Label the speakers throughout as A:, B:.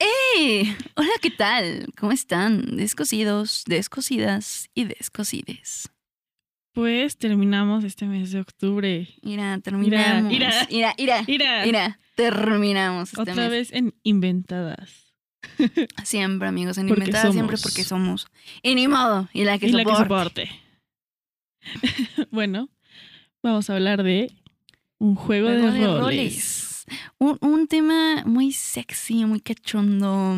A: Hey, hola, ¿qué tal? ¿Cómo están? Descosidos, descosidas y descosides.
B: Pues terminamos este mes de octubre.
A: Mira, terminamos.
B: Mira,
A: Mira, mira,
B: Mira,
A: mira, terminamos este
B: otra
A: mes.
B: vez en Inventadas.
A: Siempre, amigos, en
B: Porque
A: inventada siempre
B: somos.
A: porque somos. Y ni modo, y la que
B: y la que
A: soporte.
B: soporte. bueno, vamos a hablar de un juego,
A: Juego
B: de,
A: de
B: roles.
A: roles. Un, un tema muy sexy, muy cachondo.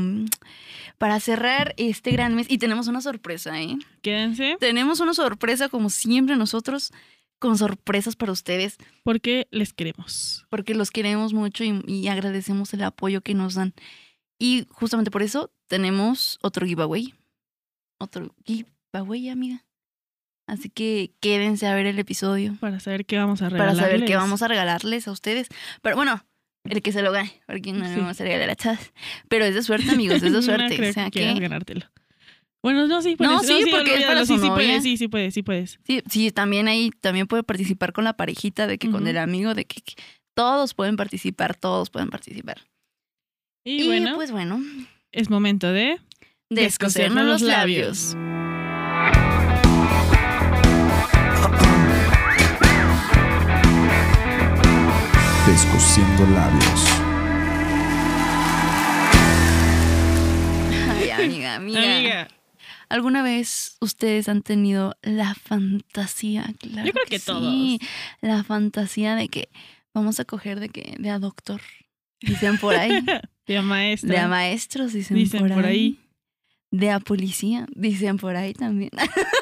A: Para cerrar este gran mes. Y tenemos una sorpresa, ¿eh?
B: Quédense
A: Tenemos una sorpresa, como siempre, nosotros, con sorpresas para ustedes.
B: porque les queremos.
A: porque los queremos mucho y, y agradecemos el apoyo que nos dan. Y justamente por eso tenemos otro giveaway. Otro giveaway, amiga. Así que quédense a ver el episodio
B: Para saber qué vamos a
A: para
B: regalarles.
A: saber qué vamos a regalarles a ustedes. Pero bueno, el que se lo gane, porque no le
B: Sí.
A: vamos a regalar a Chaz. Pero es de suerte, amigos, es de
B: No
A: suerte.
B: creo
A: o sea
B: que quieras
A: que.
B: ganártelo. Bueno, no, sí puedes.
A: No, sí, porque es
B: olvídalo,
A: para su
B: sí, sí
A: novia.
B: puedes, sí, sí puedes, sí puedes.
A: Sí, sí, también ahí también puede participar con la parejita, de que con
B: Ujú.
A: el amigo, de que, que todos pueden participar, todos pueden participar.
B: Y, bueno,
A: pues bueno,
B: es momento de...
A: descosernos los labios.
C: Descosiendo labios.
A: Ay, amiga, amiga.
B: Amiga,
A: ¿Alguna vez ustedes han tenido la fantasía? Claro
B: yo creo que,
A: Sí,
B: todos.
A: la fantasía de que vamos a coger de que de a doctor, dicen por ahí.
B: De a maestra.
A: de a maestros, dicen,
B: Dicen
A: por,
B: por
A: ahí.
B: ahí.
A: De a policía, dicen por ahí también.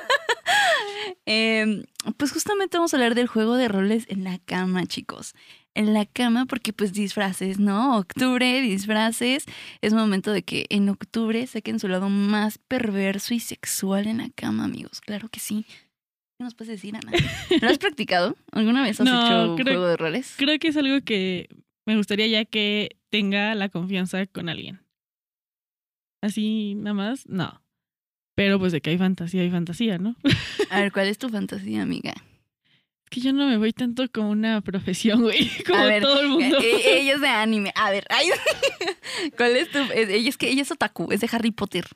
A: Em, pues justamente vamos a hablar del juego de roles en la cama, chicos. En la cama, porque pues disfraces, ¿no? Octubre, disfraces. Es momento de que en octubre saquen su lado más perverso y sexual en la cama, amigos. Claro que sí. ¿Qué nos puedes decir, Ana? ¿Lo has practicado? ¿Alguna vez has
B: No,
A: hecho un
B: creo-
A: juego de roles?
B: Creo que es algo que me gustaría ya que tenga la confianza con alguien. Así nada más, no. Pero pues de que hay fantasía, hay fantasía, ¿no? Es
A: A ver, ¿cuál es tu fantasía, amiga?
B: que yo no me voy tanto con una profesión, güey, como
A: A ver,
B: todo el mundo.
A: Eh, eh, ella es de anime. A ver, ay, ¿cuál es tu...? es- Ella es que ella es otaku, es de Harry Potter.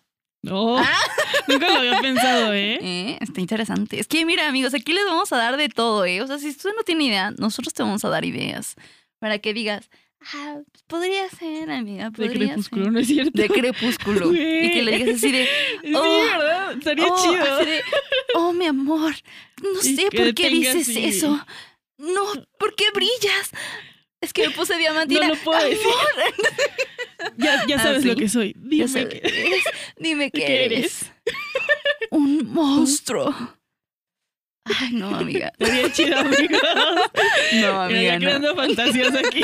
B: No, nunca lo había pensado, ¿eh?
A: Ah. Eh, está interesante. Es que mira, amigos, aquí les vamos a dar de todo, ¿eh? O sea, si tú no tienes idea, nosotros te vamos a dar ideas para que digas, ah, pues, podría ser, amiga,
B: De
A: podría
B: crepúsculo,
A: ser.
B: ¿no es cierto?
A: De crepúsculo.
B: Güey.
A: Y que le digas así de,
B: Sí,
A: Oh.
B: ¿verdad? Estaría
A: oh,
B: chido.
A: así de, oh, mi amor, no
B: Y
A: sé
B: que
A: por qué
B: tenga
A: dices
B: así-
A: eso. No, ¿por qué brillas? Es que me puse diamantina.
B: No lo puedo decir.
A: Amor,
B: Ya, ya sabes
A: Así.
B: lo que soy.
A: ah, Ya
B: Dime
A: sabes,
B: que-
A: Dime qué,
B: qué
A: eres. Un monstruo. Ay, no, amiga.
B: Estaría chido, amigos.
A: No,
B: Mira, ya
A: Oh, amiga, no.
B: creando fantasías aquí.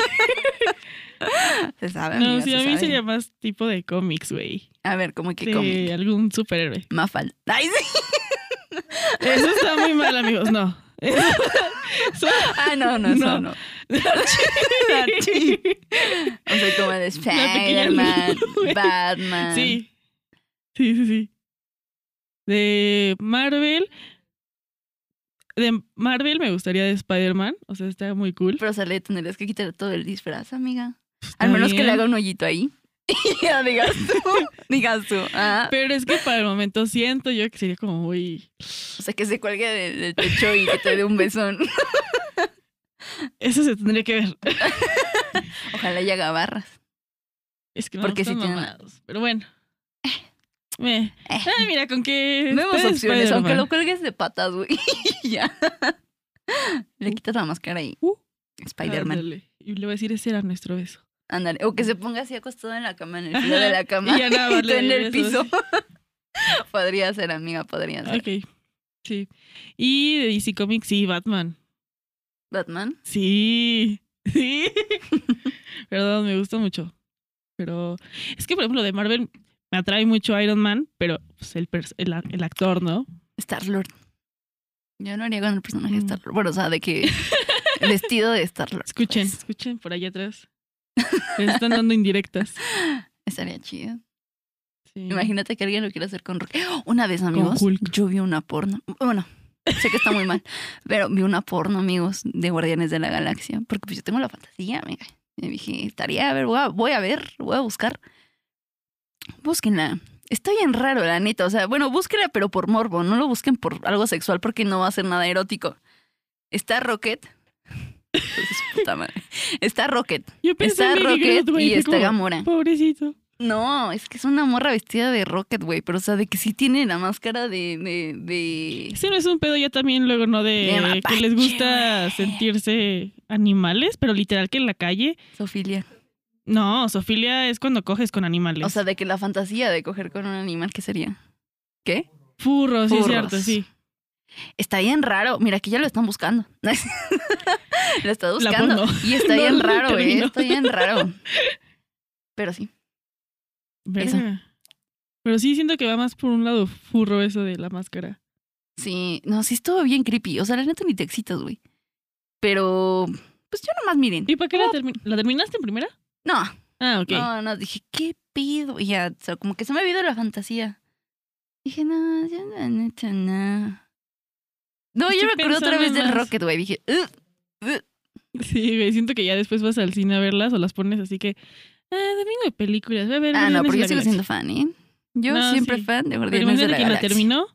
A: Se sabe, amiga,
B: No, sí,
A: se
B: a mí
A: sabe.
B: sería más tipo de cómics, güey.
A: A ver, ¿cómo que
B: De
A: cómic?
B: algún superhéroe.
A: Mafalda. Ay, sí.
B: Eso está muy mal, amigos. No. Eso-
A: Ah, no, no, eso
B: No.
A: no. O sea, como de Spider-Man,
B: güey.
A: Batman.
B: Sí. Sí, sí, sí. De Marvel. De Marvel me gustaría de Spider-Man. O sea, está muy cool.
A: Pero sale, tendrías que quitar todo el disfraz, amiga.
B: Está
A: Al menos que le
B: bien.
A: haga un hoyito ahí. Y ya digas tú. Digas tú. Ah,
B: Pero es que para el momento siento yo que sería como muy.
A: o sea, que se cuelgue del, del techo y que te dé un besón.
B: Eso se tendría que ver.
A: Ojalá y haga barras.
B: Es que no
A: Porque
B: Porque
A: sí tienen-
B: mamados. Pero bueno. Me- Ah, mira, con qué.
A: Eh. Vemos
B: está
A: opciones, aunque
B: Spider-Man.
A: lo cuelgues de patas, güey. Y ya. Le quitas la máscara y.
B: Uh.
A: Spider-Man.
B: Ándale. Y le voy a decir, ese era nuestro beso.
A: Ándale. O que se ponga así acostado en la cama, en el filo de la cama.
B: Y ya nada más
A: tú
B: le
A: en
B: doy
A: el piso.
B: besos.
A: podría ser, amiga, podría ser.
B: Ok. Sí. Y de DC Comics, sí, Batman.
A: Batman.
B: Sí. Sí. Perdón, me gusta mucho. Pero es que, por ejemplo, de Marvel me atrae mucho Iron Man, pero pues, el, pers- el, a- el actor, ¿no?
A: Star-Lord. Yo no haría con el personaje de
B: Mm.
A: Star-Lord. Bueno, o sea, de que. vestido de Star-Lord.
B: Escuchen,
A: pues,
B: escuchen por allá atrás. Les están dando indirectas.
A: estaría chido.
B: Sí.
A: Imagínate que alguien lo quiera hacer con Rock. Una vez, amigos,
B: Hulk.
A: yo vi una porno. Bueno, sé que está muy mal, pero vi una porno, amigos, de Guardianes de la Galaxia. Porque pues yo tengo la fantasía, amiga. Y dije, estaría, a ver, voy a, voy a ver, voy a buscar. búsquenla. Está bien raro, la neta. O sea, bueno, búsquenla, pero por morbo. No lo busquen por algo sexual porque no va a ser nada erótico. Está Rocket. Entonces, puta madre. Está Rocket.
B: Yo
A: Está
B: en Lady Gaga,
A: Rocket
B: güey,
A: y
B: fue
A: está
B: como,
A: Gamora.
B: Pobrecito.
A: No, es que es una morra vestida de Rocket, güey. Pero, o sea, de que sí tiene la máscara de. de, de-
B: Ese no es un pedo ya también luego, ¿no?
A: De
B: De que
A: mapache,
B: les gusta
A: güey.
B: sentirse animales, pero literal que en la calle.
A: Sofilia.
B: No, Sofilia es cuando coges con animales.
A: O sea, de que la fantasía de coger con un animal, ¿qué sería?
B: furros, sí, es cierto,
A: furros.
B: sí.
A: Está bien raro. Mira, que ya lo están buscando. lo está
B: La
A: buscando.
B: porno.
A: Y está
B: No,
A: bien
B: no
A: raro, güey.
B: terminó.
A: Está bien raro. Pero sí. Esa.
B: Verga. Pero sí siento que va más por un lado furro eso de la máscara.
A: Sí, no, sí estuvo bien creepy. O sea, la neta ni te excitas, güey. Pero, pues yo nomás miren.
B: ¿Y para qué la, termi- la terminaste en primera?
A: No,
B: Ah, ok.
A: no, no, dije, ¿qué pido? Y ya, o sea, como que se me vino la fantasía. Dije, no, yo la neta, no. No, yo
B: Estoy
A: me acordé otra
B: pensando
A: vez del
B: más.
A: Rocket, güey. Dije, "Ugh".
B: Sí, güey, siento que ya después vas al cine a verlas o las pones así que. Ah, domingo de películas. Voy a ver.
A: ah, no,
B: Guardianes
A: porque
B: de
A: yo
B: la
A: sigo
B: Galaxia.
A: siendo fan, ¿eh? Yo
B: No,
A: siempre
B: sí.
A: fan de
B: Pero
A: Guardianes de
B: imagínate
A: la
B: que la
A: Galaxia.
B: terminó.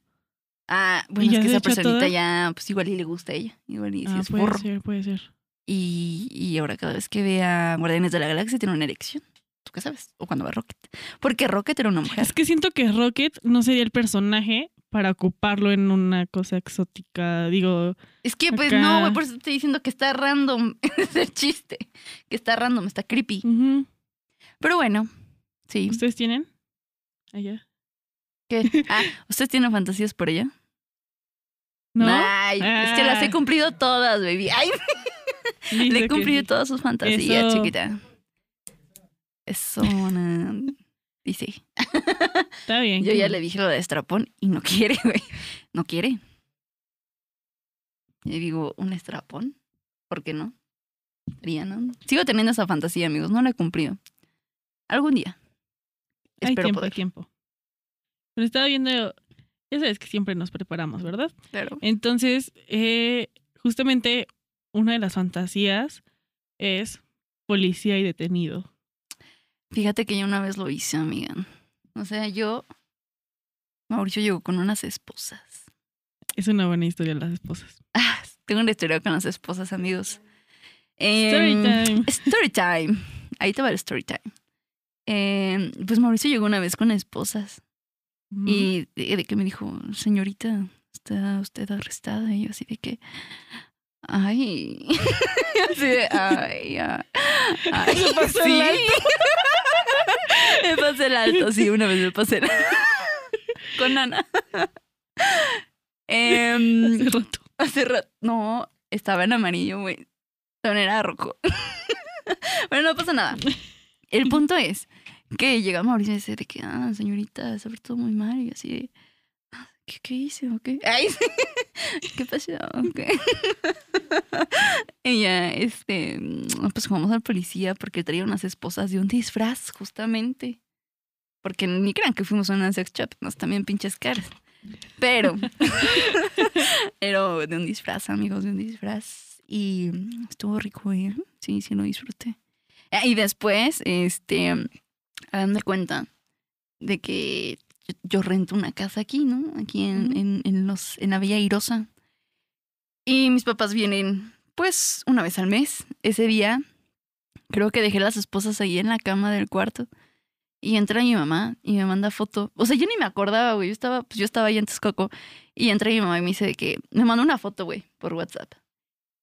A: Ah,
B: Y
A: bueno, es
B: ya
A: que
B: se
A: esa
B: echó
A: personita
B: toda.
A: ya, pues igual y le gusta a ella. Igual y sí
B: Ah,
A: es
B: puede
A: burro.
B: ser, puede ser.
A: Y, y ahora cada vez que vea Guardianes de la Galaxia tiene una erección. ¿Tú qué sabes? O cuando ve Rocket. Porque Rocket era una mujer.
B: Es que siento que Rocket no sería el personaje para ocuparlo en una cosa exótica. Digo,
A: Es que pues
B: Acá.
A: no, güey, por eso te estoy diciendo que está random. es el chiste. Que está random, está creepy.
B: ujú,
A: Pero bueno, sí.
B: ¿ustedes tienen? Allá.
A: ¿Qué? Ah, ¿ustedes tienen fantasías por ella?
B: ¿No?
A: Ay, es que las
B: Ah.
A: he cumplido todas, baby. Ay,
B: Dice
A: le he
B: que
A: cumplido
B: sí.
A: todas sus fantasías,
B: Eso.
A: chiquita. Eso, na- dice.
B: Está bien.
A: Yo
B: qué
A: ya
B: bueno.
A: le dije lo de estrapón y no quiere, güey. No quiere. Le digo, ¿un estrapón? ¿Por qué no? Sería, ¿no? Sigo teniendo esa fantasía, amigos. No la he cumplido. Algún día.
B: Hay
A: Espero
B: tiempo, hay
A: poder.
B: tiempo. Pero estaba viendo. Ya sabes que siempre nos preparamos, ¿verdad?
A: Claro.
B: Entonces, eh, justamente una de las fantasías es policía y detenido.
A: Fíjate que yo una vez lo hice, amiga. O sea, yo. Mauricio llegó con unas esposas.
B: Es una buena historia de las esposas.
A: Ah, tengo una historia con las esposas, amigos.
B: Story
A: Em,
B: time.
A: Story time. Ahí te va el story time. Em, pues Mauricio llegó una vez con esposas. Y de, de que me dijo, señorita, está usted arrestada. Y yo así de que, ay, así de, ay, ah, ay,
B: Se pasó el alto.
A: me pasé el alto, sí, una vez me pasé el alto. Con Ana. Em,
B: Hace rato.
A: Hace rato. No, estaba en amarillo, güey. También era rojo. bueno, no pasa nada. El punto es que llega Mauricio y dice de que, ah, señorita, sobre todo muy mal. Y yo así, de, "Ah, ¿qué, qué hice o qué? Ay, sí. ¿Qué pasó? ¿Qué? y ya, este, mm, pues jugamos al policía porque traía unas esposas de un disfraz, justamente. Porque ni crean que fuimos a una sex shop, nos también pinches caras. Pero pero de un disfraz, amigos, de un disfraz. Y mm, estuvo rico, ¿eh? Sí, sí, lo disfruté. Ah, Y después, este, mm, hagan de cuenta de que yo, yo rento una casa aquí, ¿no? Aquí en,
B: Ujú.
A: en, en los, en la Villa Irosa. Y mis papás vienen, pues, una vez al mes. Ese día, creo que dejé las esposas ahí en la cama del cuarto. Y entra mi mamá y me manda foto. O sea, yo ni me acordaba, güey. Yo estaba, pues yo estaba ahí en Texcoco. Y entra mi mamá y me dice de que me mandó una foto, güey, por WhatsApp.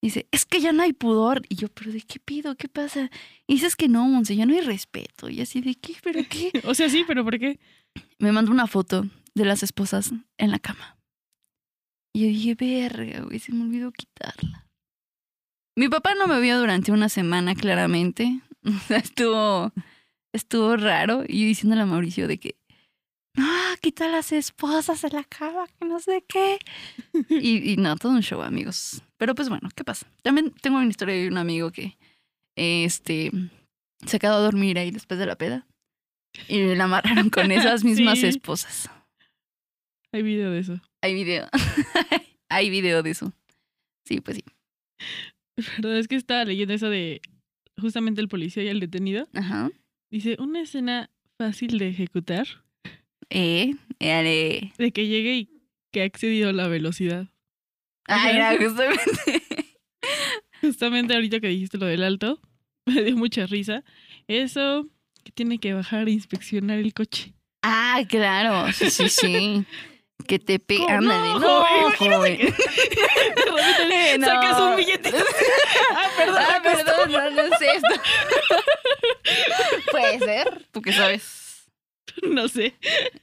A: Dice, es que ya no hay pudor. Y yo, pero ¿de qué pido? ¿Qué pasa? Y dices que no, Monse, ya no hay respeto. Y así, ¿de qué? ¿Pero qué?
B: O sea, sí, pero ¿por qué?
A: me mandó una foto de las esposas en la cama. Y yo dije, verga, güey, se me olvidó quitarla. Mi papá no me vio durante una semana, claramente. O sea, estuvo, estuvo raro. Y yo diciéndole a Mauricio de que, no, quita las esposas en la cama, que no sé qué. Y, y no, todo un show, amigos. Pero pues bueno, ¿qué pasa? También tengo una historia de un amigo que, este, se quedó a dormir ahí después de la peda. Y la amarraron con esas mismas
B: Sí.
A: esposas.
B: Hay video de eso.
A: Hay video. Hay video de eso. Sí, pues sí.
B: La verdad es que estaba leyendo eso de justamente el policía y el detenido.
A: Ajá.
B: Dice, una escena fácil de ejecutar
A: Eh, eh,
B: de que llegue y que ha excedido la velocidad.
A: Ah,
B: Ajá.
A: era justamente.
B: Justamente ahorita que dijiste lo del alto, me dio mucha risa. Eso que tiene que bajar e inspeccionar el coche.
A: Ah, claro, sí, sí, sí. Que te
B: ¿Cómo?
A: pega. Ándale,
B: No,
A: no,
B: joven,
A: joven.
B: De repente
A: Eh, no.
B: Sacas un billete. ah, perdón.
A: Ah,
B: acá está.
A: perdón, no, no sé. Puede ser, tú que sabes.
B: No sé.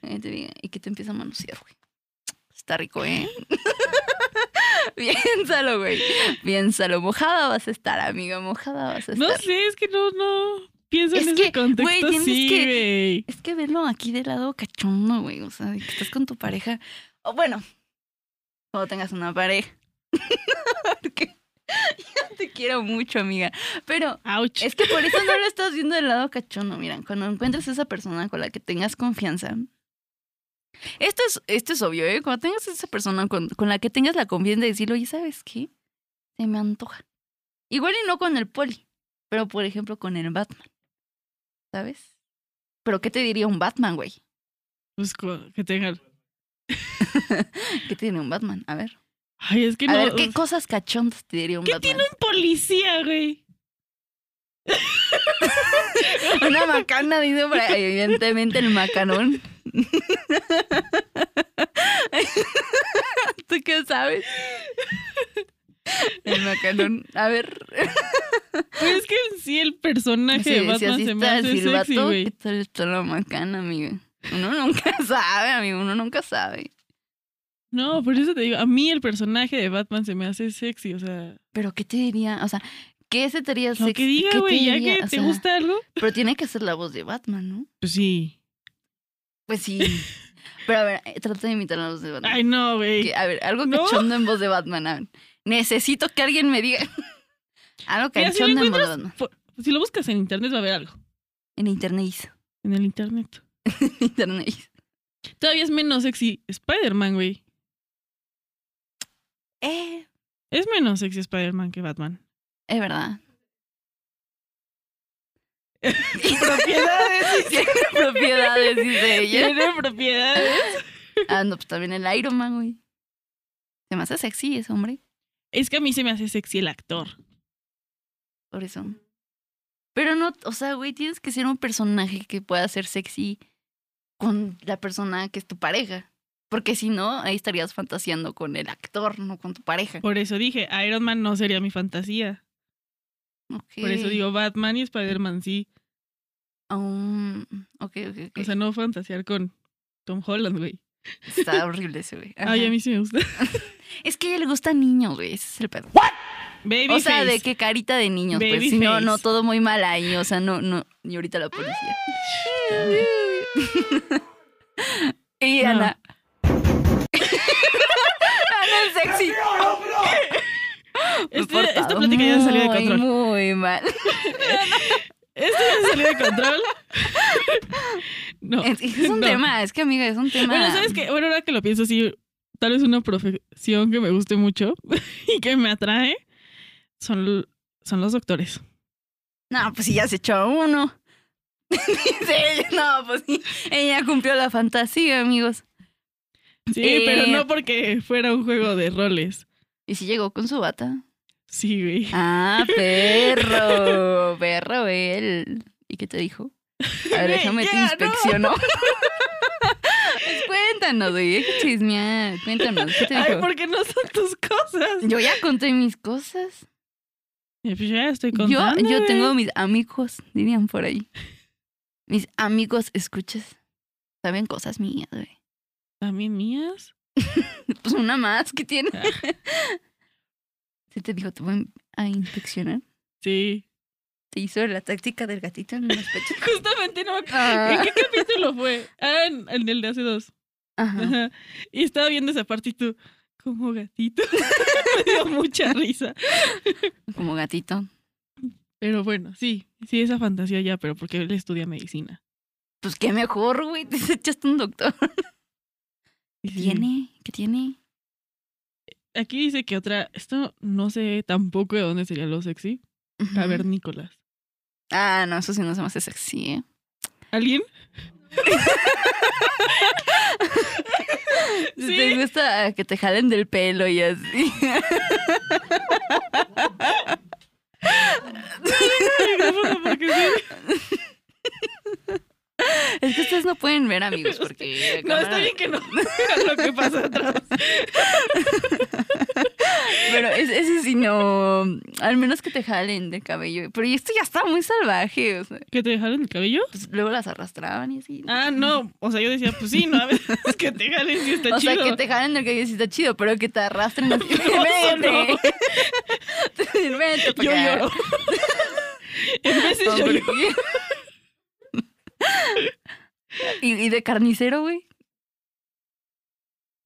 A: Eh, te diga, Y que te empieza a manosear, güey. Está rico, ¿eh? Piénsalo, güey. Piénsalo. Mojada vas a estar, amiga. Mojada vas a estar.
B: No sé, es que no, no. Pienso
A: Es
B: en
A: que,
B: ese contexto.
A: güey, tienes
B: sí,
A: que-
B: güey.
A: Es que verlo aquí de lado cachondo, güey. O sea, de que estás con tu pareja. O bueno, cuando tengas una pareja. Porque yo te quiero mucho, amiga. Pero
B: Ouch.
A: es que por eso no lo estás viendo del lado cachondo. Miran, cuando encuentres esa persona con la que tengas confianza. Esto es, esto es obvio, ¿eh? Cuando tengas esa persona con, con la que tengas la confianza de decirle, oye, ¿sabes qué? Se me antoja. Igual y no con el poli, pero por ejemplo con el Batman. ¿Sabes? Pero ¿qué te diría un Batman, güey?
B: Pues co- que tengan.
A: ¿Qué tiene un Batman? A ver.
B: Ay, es que
A: A
B: no.
A: ver, ¿qué
B: uf,
A: cosas cachondas te diría un
B: ¿Qué
A: Batman?
B: tiene un policía, güey?
A: Una macana, dice por ahí, evidentemente el macanón. ¿Tú qué sabes? El macanón. A ver,
B: Pues es que en sí el personaje
A: si,
B: de
A: si
B: Batman
A: así
B: se me
A: está el
B: hace sexy,
A: silbato,
B: güey.
A: ¿qué tal está la macana, amigo? Uno nunca sabe, amigo, uno nunca sabe.
B: No, por eso te digo, a mí el personaje de Batman se me hace sexy, o sea,
A: Pero ¿qué te diría? O sea, ¿qué se te haría
B: lo
A: sexy?
B: que diga,
A: ¿Qué
B: güey, ya
A: diría?
B: que
A: O
B: te
A: sea,
B: gusta algo,
A: Pero tiene que ser la voz de Batman, ¿no?
B: pues sí.
A: Pues sí. Pero a ver, eh, trata de imitar la voz de Batman.
B: Ay, no, güey.
A: Que, a ver, algo
B: No.
A: cachondo en voz de Batman. a ver. Necesito que alguien me diga. algo
B: Mira, si lo
A: cachondo en voz de Batman.
B: Fu- Si lo buscas en internet va a haber algo,
A: En internet.
B: en el internet.
A: En internet.
B: Todavía es menos sexy Spider-Man, güey.
A: Eh,
B: Es menos sexy Spider-Man que Batman.
A: es verdad.
B: Propiedades.
A: Tiene propiedades, dice ella.
B: Tiene propiedades.
A: Ah, no, pues también el Iron Man, güey. Se me hace sexy ese hombre.
B: Es que a mí se me hace sexy el actor.
A: Por eso. Pero no, o sea, güey, tienes que ser un personaje que pueda ser sexy con la persona que es tu pareja. Porque si no, ahí estarías fantaseando con el actor, no con tu pareja.
B: Por eso dije, Iron Man no sería mi fantasía. Por eso
A: Ok.
B: digo, Batman y Spider-Man sí.
A: Um, ok, ok, ok.
B: O sea, no fantasear con Tom Holland, güey.
A: Está horrible ese, güey. Ajá.
B: Ay, a mí sí me gusta.
A: Es que a ella le gustan niños, güey. Ese es el pedo.
B: Baby
A: o sea, de qué carita de niños, pues. Si no,
B: Babyface.
A: no, todo muy mal ahí. O sea, no, no. Y ahorita la policía. y
B: No.
A: Ana. Ana es sexy. Me he
B: Este-
A: portado
B: esta plática ya salió de
A: muy,
B: control.
A: Muy mal.
B: Esto ya salió de control. No.
A: Es, es un
B: no.
A: tema, es que amiga, es un tema.
B: Bueno, ¿sabes qué? Bueno, ahora que lo pienso así, tal vez una profesión que me guste mucho y que me atrae son, son los doctores.
A: No, pues si ya se echó a uno. Dice ella, no, pues sí. Ella cumplió la fantasía, amigos.
B: Sí,
A: Eh.
B: pero no porque fuera un juego de roles.
A: Y si llegó con su bata.
B: Sí, güey.
A: Ah, perro. Perro él. ¿Y qué te dijo? A ver,
B: Güey,
A: déjame te
B: ya, no.
A: inspecciono. Pues cuéntanos, güey. Hay que chismear. Cuéntanos, ¿qué te
B: Ay,
A: dijo?
B: porque no son tus cosas.
A: Yo ya conté mis cosas.
B: Eh, Pues ya estoy
A: Yo,
B: contando.
A: yo
B: güey.
A: tengo mis amigos, dirían por ahí. Mis amigos, escuchas. Saben cosas mías, güey.
B: También mías.
A: Pues una más que tiene. Se
B: Ah.
A: te dijo, te voy a inspeccionar.
B: Sí.
A: Se hizo la táctica del gatito en los pechos.
B: Justamente no me ¿En
A: Ah,
B: qué capítulo fue? Ah, en, en el de hace dos.
A: ajá.
B: Ajá. Y estaba viendo esa parte y tú, como gatito. me dio mucha risa.
A: Como gatito.
B: Pero bueno, sí, sí, esa fantasía ya, pero porque él estudia medicina.
A: Pues qué mejor, güey. Te echaste un doctor.
B: Y sí,
A: ¿Tiene? ¿Qué tiene?
B: Aquí dice que otra, esto no sé tampoco de dónde sería lo sexy.
A: Ujú.
B: A ver, Nicolás.
A: Ah, no, eso sí no se me hace sexy, ¿eh?
B: ¿Alguien?
A: Si
B: Sí.
A: Te gusta que te jalen del pelo y así.
B: El micrófono, porque sí.
A: Es que ustedes no pueden ver, amigos, porque. la
B: No, está
A: cámara-
B: bien que no. vean lo que pasa atrás.
A: Pero es- ese sí no. Al menos que te jalen del cabello. Pero esto ya está muy salvaje. o sea,
B: ¿Que te dejaron el cabello?
A: pues, luego las arrastraban y así.
B: Ah, no. O sea, yo decía, pues sí, no, a ver, es que te jalen si está
A: o
B: chido.
A: sea, que te jalen del cabello sí está chido, pero que te arrastren así.
B: eso no.
A: Vente. Vente pa'
B: Yo
A: acá.
B: lloro. en veces
A: No,
B: yo lloro.
A: porque- ¿Y, y de carnicero, güey.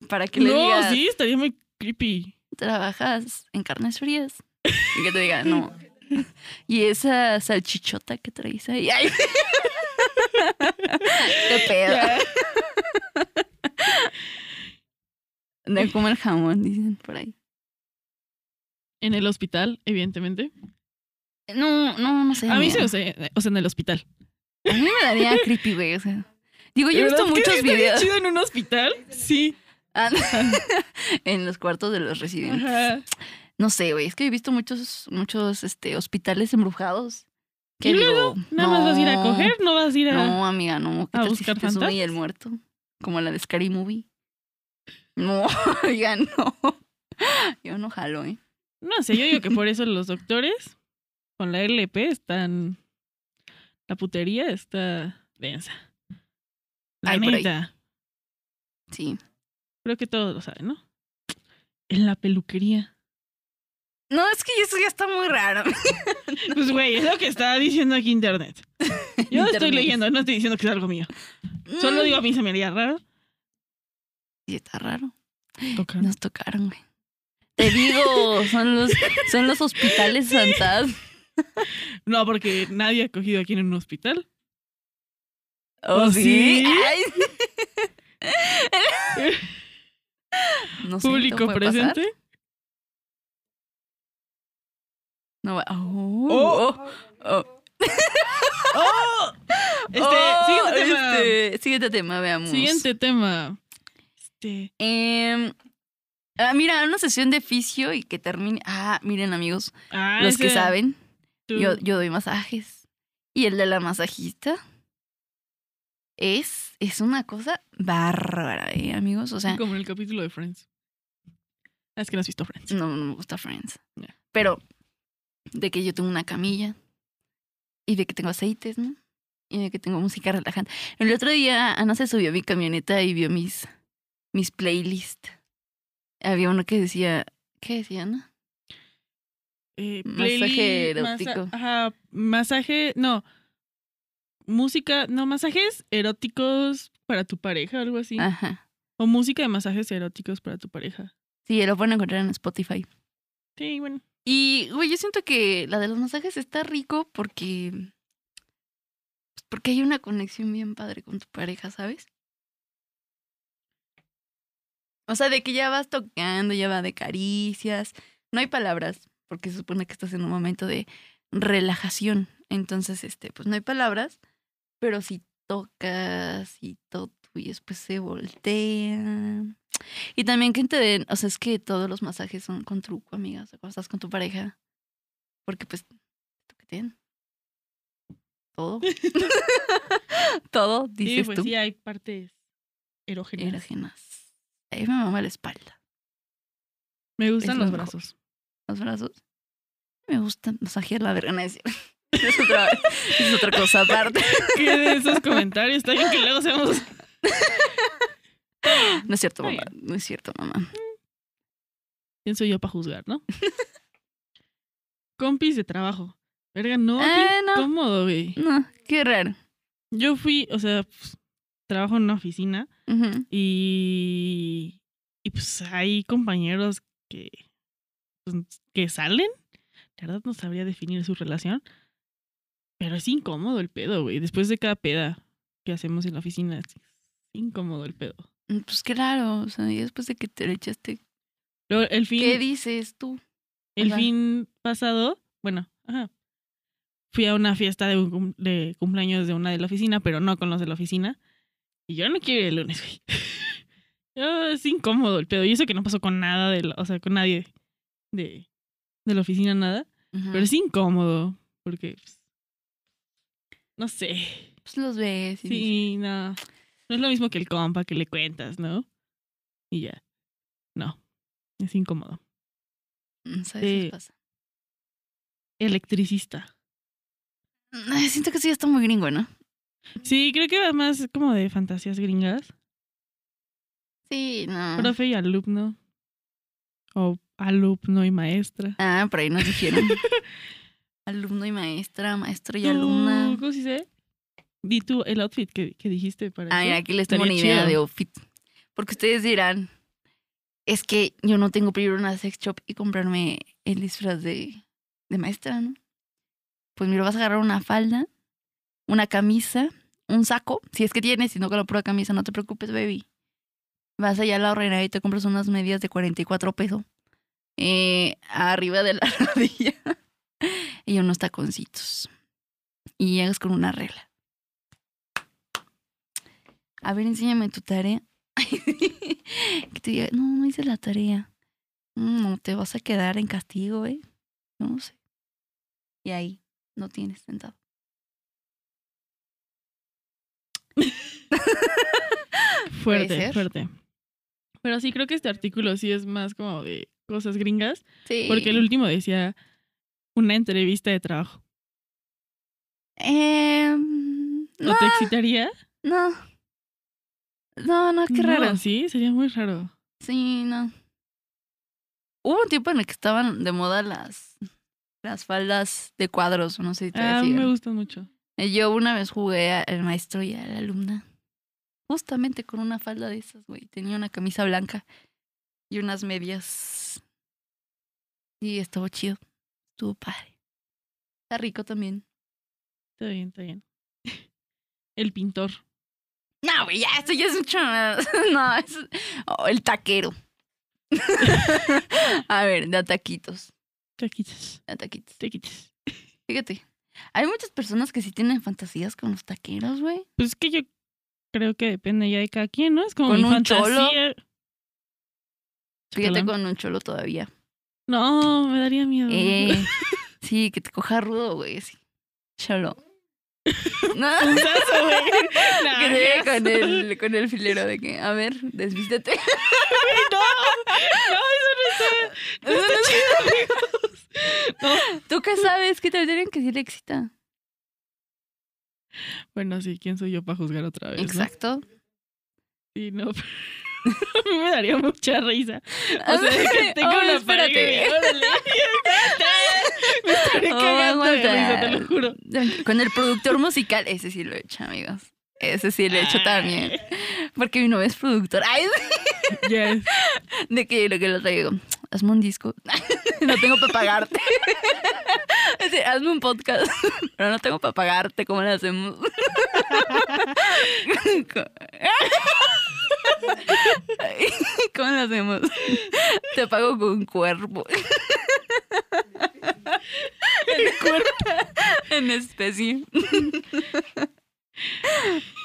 A: Para que le
B: No,
A: digas,
B: sí, estaría muy creepy.
A: trabajas en carnes frías. Y que te diga, no. Y esa salchichota que traes ahí. ¡Ay! ¡Qué pedo!
B: Ya.
A: No como el jamón, dicen por ahí.
B: En el hospital, evidentemente.
A: No, no, no sé.
B: A mí
A: mira.
B: se, se- o sea, en el hospital.
A: A mí me daría creepy, güey. O sea. Digo, yo he
B: ¿De
A: visto
B: verdad que
A: muchos
B: estaría
A: videos
B: chido en un hospital? Sí.
A: Ah, en los cuartos de los residentes.
B: Ajá.
A: No sé, güey, es que he visto muchos, muchos este, hospitales embrujados. Que
B: ¿Y
A: digo,
B: Nada más vas a ir a
A: no,
B: coger, no vas a ir a...
A: No, amiga, no. ¿Qué
B: a
A: tal si se
B: buscar
A: te sube y el
B: fantasmas?
A: muerto? Como la de Scary Movie. No, ya no. Yo no jalo, ¿eh?
B: No sé, yo digo que por eso los doctores con la LP están... La putería está densa. La
A: Ay, por ahí.
B: neta.
A: Sí.
B: Creo que todos lo saben, ¿no? En la peluquería.
A: No, es que eso ya está muy raro.
B: Pues, güey, es lo que está diciendo aquí internet. Yo lo estoy
A: Internet.
B: leyendo, no estoy diciendo que es algo mío. Solo
A: Mm,
B: digo a mí se me haría raro.
A: Sí, está raro. Nos tocaron, güey. Te digo, son los, son los hospitales fantasmas.
B: No, porque nadie ha cogido aquí en un hospital.
A: ¿Oh,
B: ¿Oh,
A: sí?
B: sí?
A: Ay. no sé, ¿todo
B: Público
A: puede pasar?
B: presente.
A: No va.
B: Oh.
A: Oh, oh, oh.
B: ¡Oh! Este,
A: Oh,
B: siguiente tema.
A: este, siguiente tema, veamos.
B: Siguiente tema. Este.
A: Em, ah, mira, una sesión de fisio y que termine. Ah, miren, amigos,
B: ah,
A: los que
B: ese,
A: saben,
B: tú.
A: yo, yo doy masajes. Y el de la masajista es, es una cosa bárbara, ¿eh, amigos? O sea,
B: Como en el capítulo de Friends. Ah, Es que no has visto Friends.
A: No, no me gusta Friends.
B: Ya.
A: Pero de que yo tengo una camilla y de que tengo aceites, ¿no? Y de que tengo música relajante. El otro día Ana se subió a mi camioneta y vio mis, mis playlists. Había uno que decía, ¿qué decía Ana?
B: Eh,
A: Masaje
B: playlist, masa-
A: erótico.
B: ajá, masaje. No. Música. No, masajes eróticos para tu pareja, algo así.
A: Ajá.
B: O música de masajes eróticos para tu pareja.
A: Sí, lo pueden encontrar en Spotify.
B: Sí, bueno.
A: Y, güey, yo siento que la de los masajes está rico porque. pues, Porque hay una conexión bien padre con tu pareja, ¿sabes? O sea, de que ya vas tocando, ya va de caricias. No hay palabras, porque se supone que estás en un momento de relajación. Entonces, este, pues no hay palabras, pero si tocas y todo, y después se voltean. Y también que te den, o sea, es que todos los masajes son con truco, amigas, o sea, cuando estás con tu pareja. Porque pues, toquetean. Todo. todo, dices
B: Sí, pues
A: tú.
B: sí, hay partes erógenas.
A: Erógenas. Ahí me mama la espalda.
B: Me gustan
A: Es
B: los
A: lo mejor.
B: brazos.
A: Los brazos. Me gusta masajear la verga. no Es, cierto. es, otra, es otra cosa aparte.
B: ¿Qué de esos comentarios? Está bien que luego seamos.
A: No es cierto,
B: Está
A: mamá. No es cierto, mamá.
B: ¿Quién soy yo para juzgar, no? Compis de trabajo. Verga, no, qué
A: Eh, no.
B: incómodo, güey.
A: No, qué raro.
B: Yo fui, o sea, pues, trabajo en una oficina
A: Ujú.
B: y. Y pues hay compañeros que. pues, que salen. La verdad no sabría definir su relación. Pero es incómodo el pedo, güey. Después de cada peda que hacemos en la oficina, es incómodo el pedo.
A: Pues claro, o sea, y después de que te le echaste,
B: Luego, el fin.
A: ¿qué dices tú?
B: El
A: Ajá.
B: fin pasado, bueno, ajá. fui a una fiesta de, un cum- de cumpleaños de una de la oficina, pero no con los de la oficina. Y yo no quiero ir el lunes, güey. Yo, es incómodo el pedo. Y eso que no pasó con nada, de la- o sea, con nadie de, de la oficina, nada.
A: Ujú.
B: Pero es incómodo, porque... pues, no sé.
A: Pues los ves. Y dices,
B: Sí, no. No es lo mismo que el compa que le cuentas, ¿no? Y ya. No. Es incómodo.
A: "Mm, ¿sabes qué
B: Sí.
A: pasa?".
B: Electricista.
A: Mm, Ay, siento que sí ya está muy gringo, ¿no?
B: Sí, creo que va más como de fantasías gringas.
A: Sí, no.
B: Profe y alumno. O alumno y maestra.
A: Ah, por ahí nos dijeron. Alumno y maestra, maestra y alumna.
B: ¿Tú, ¿Cómo se dice? Di tú el outfit que, que dijiste para
A: Ah, mira,
B: eso.
A: aquí les tengo una
B: Estaría
A: idea
B: chido.
A: de outfit. Porque ustedes dirán, es que yo no tengo para ir a una sex shop y comprarme el disfraz de, de maestra, ¿no? Pues mira, vas a agarrar una falda, una camisa, un saco, si es que tienes, si no con la pura camisa, no te preocupes, baby. Vas allá a la horrera y te compras unas medias de 44 pesos eh, arriba de la rodilla y unos taconcitos. Y llegas con una regla. A ver, enséñame tu tarea. que te diga, no, no hice la tarea. Mm, No, te vas a quedar en castigo, ¿eh? No sé. Y ahí, no tienes sentado.
B: Fuerte,
A: ser.
B: Ah, fuerte. Pero sí, creo que este artículo sí es más como de cosas gringas.
A: Sí.
B: Porque el último decía una entrevista de trabajo.
A: Eh, mm,
B: ¿No
A: no,
B: te excitaría?
A: no. No, no, qué
B: No,
A: raro.
B: sí, sería muy raro.
A: Sí, no. Hubo un tiempo en el que estaban de moda las, las faldas de cuadros, o no sé si te
B: Ah, me
A: decían.
B: gusta mucho.
A: Eh, Yo una vez jugué a- al maestro y a la alumna. Justamente con una falda de esas, güey. Tenía una camisa blanca y unas medias. Y estuvo chido. Estuvo padre. Está rico también.
B: Está bien, está bien. El pintor.
A: No, güey, ya, esto ya es mucho. más. No, es. oh, el taquero. a ver, de ataquitos.
B: Taquitas,
A: De ataquitos.
B: taquitas.
A: Fíjate. Hay muchas personas que sí tienen fantasías con los taqueros, güey.
B: Pues es que yo creo que depende ya de cada quien, ¿no? Es como
A: Con
B: mi
A: un
B: fantasía.
A: Fíjate
B: Chacalón.
A: con un cholo todavía.
B: No, me daría miedo.
A: Eh, sí, que te coja rudo, güey, sí. Cholo. No,
B: Un sazo, güey. Nah,
A: que te llegue
B: qué
A: con
B: asco.
A: el, con el filero de que, a ver, desvístete.
B: No, no, eso no está, no está chido, amigos. No.
A: Pues ¿Tú qué sabes? ¿Qué te tienen que sí le excita?
B: Bueno, sí, ¿quién soy yo para juzgar otra vez? Pues no?
A: Exacto.
B: Sí, no. A mí me daría mucha risa. O
A: A
B: sea, de que
A: ver,
B: tengo
A: oh,
B: una
A: espérate.
B: pareja. Órale. Me estaré
A: Oh,
B: cagando de
A: aguanta.
B: risa, te lo juro.
A: Con el productor musical, ese sí lo he hecho, amigos. Ese sí lo he hecho
B: Ay.
A: también. Porque mi novio es productor. Ay,
B: Yes.
A: de que lo que lo traigo. Hazme un disco. no tengo para pagarte. Sí, hazme un podcast. Pero no tengo para pagarte. ¿Cómo lo hacemos? ¿Cómo lo hacemos? Te pago con cuerpo. En especie.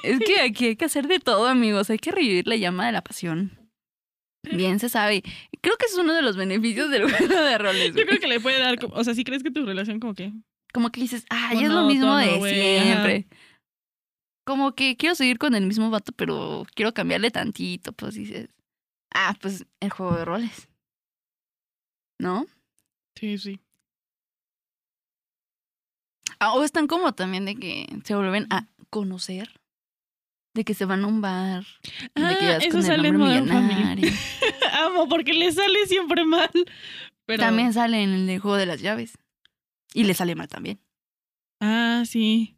A: Es que aquí hay que hacer de todo, amigos. Hay que revivir la llama de la pasión. Bien se sabe. Creo que es uno de los beneficios del juego de roles.
B: Yo
A: güey.
B: creo que le puede dar. como- O sea, si crees que tu relación, como que.
A: Como que dices, ay, es lo
B: Monótono,
A: mismo de
B: güey, ajá.
A: siempre. Como que quiero seguir con el mismo vato, pero quiero cambiarle tantito. Pues dices, ah, pues el juego de roles. ¿No?
B: Sí, sí.
A: Ah, o están como también de que se vuelven a conocer. De que se van a un bar. de que
B: Ah,
A: vas
B: eso
A: con el
B: sale en
A: nombre
B: Modern Family.
A: millonario.
B: Amo, porque le sale siempre mal. Pero.
A: También sale en el de juego de las llaves. Y le sale mal también.
B: Ah, sí.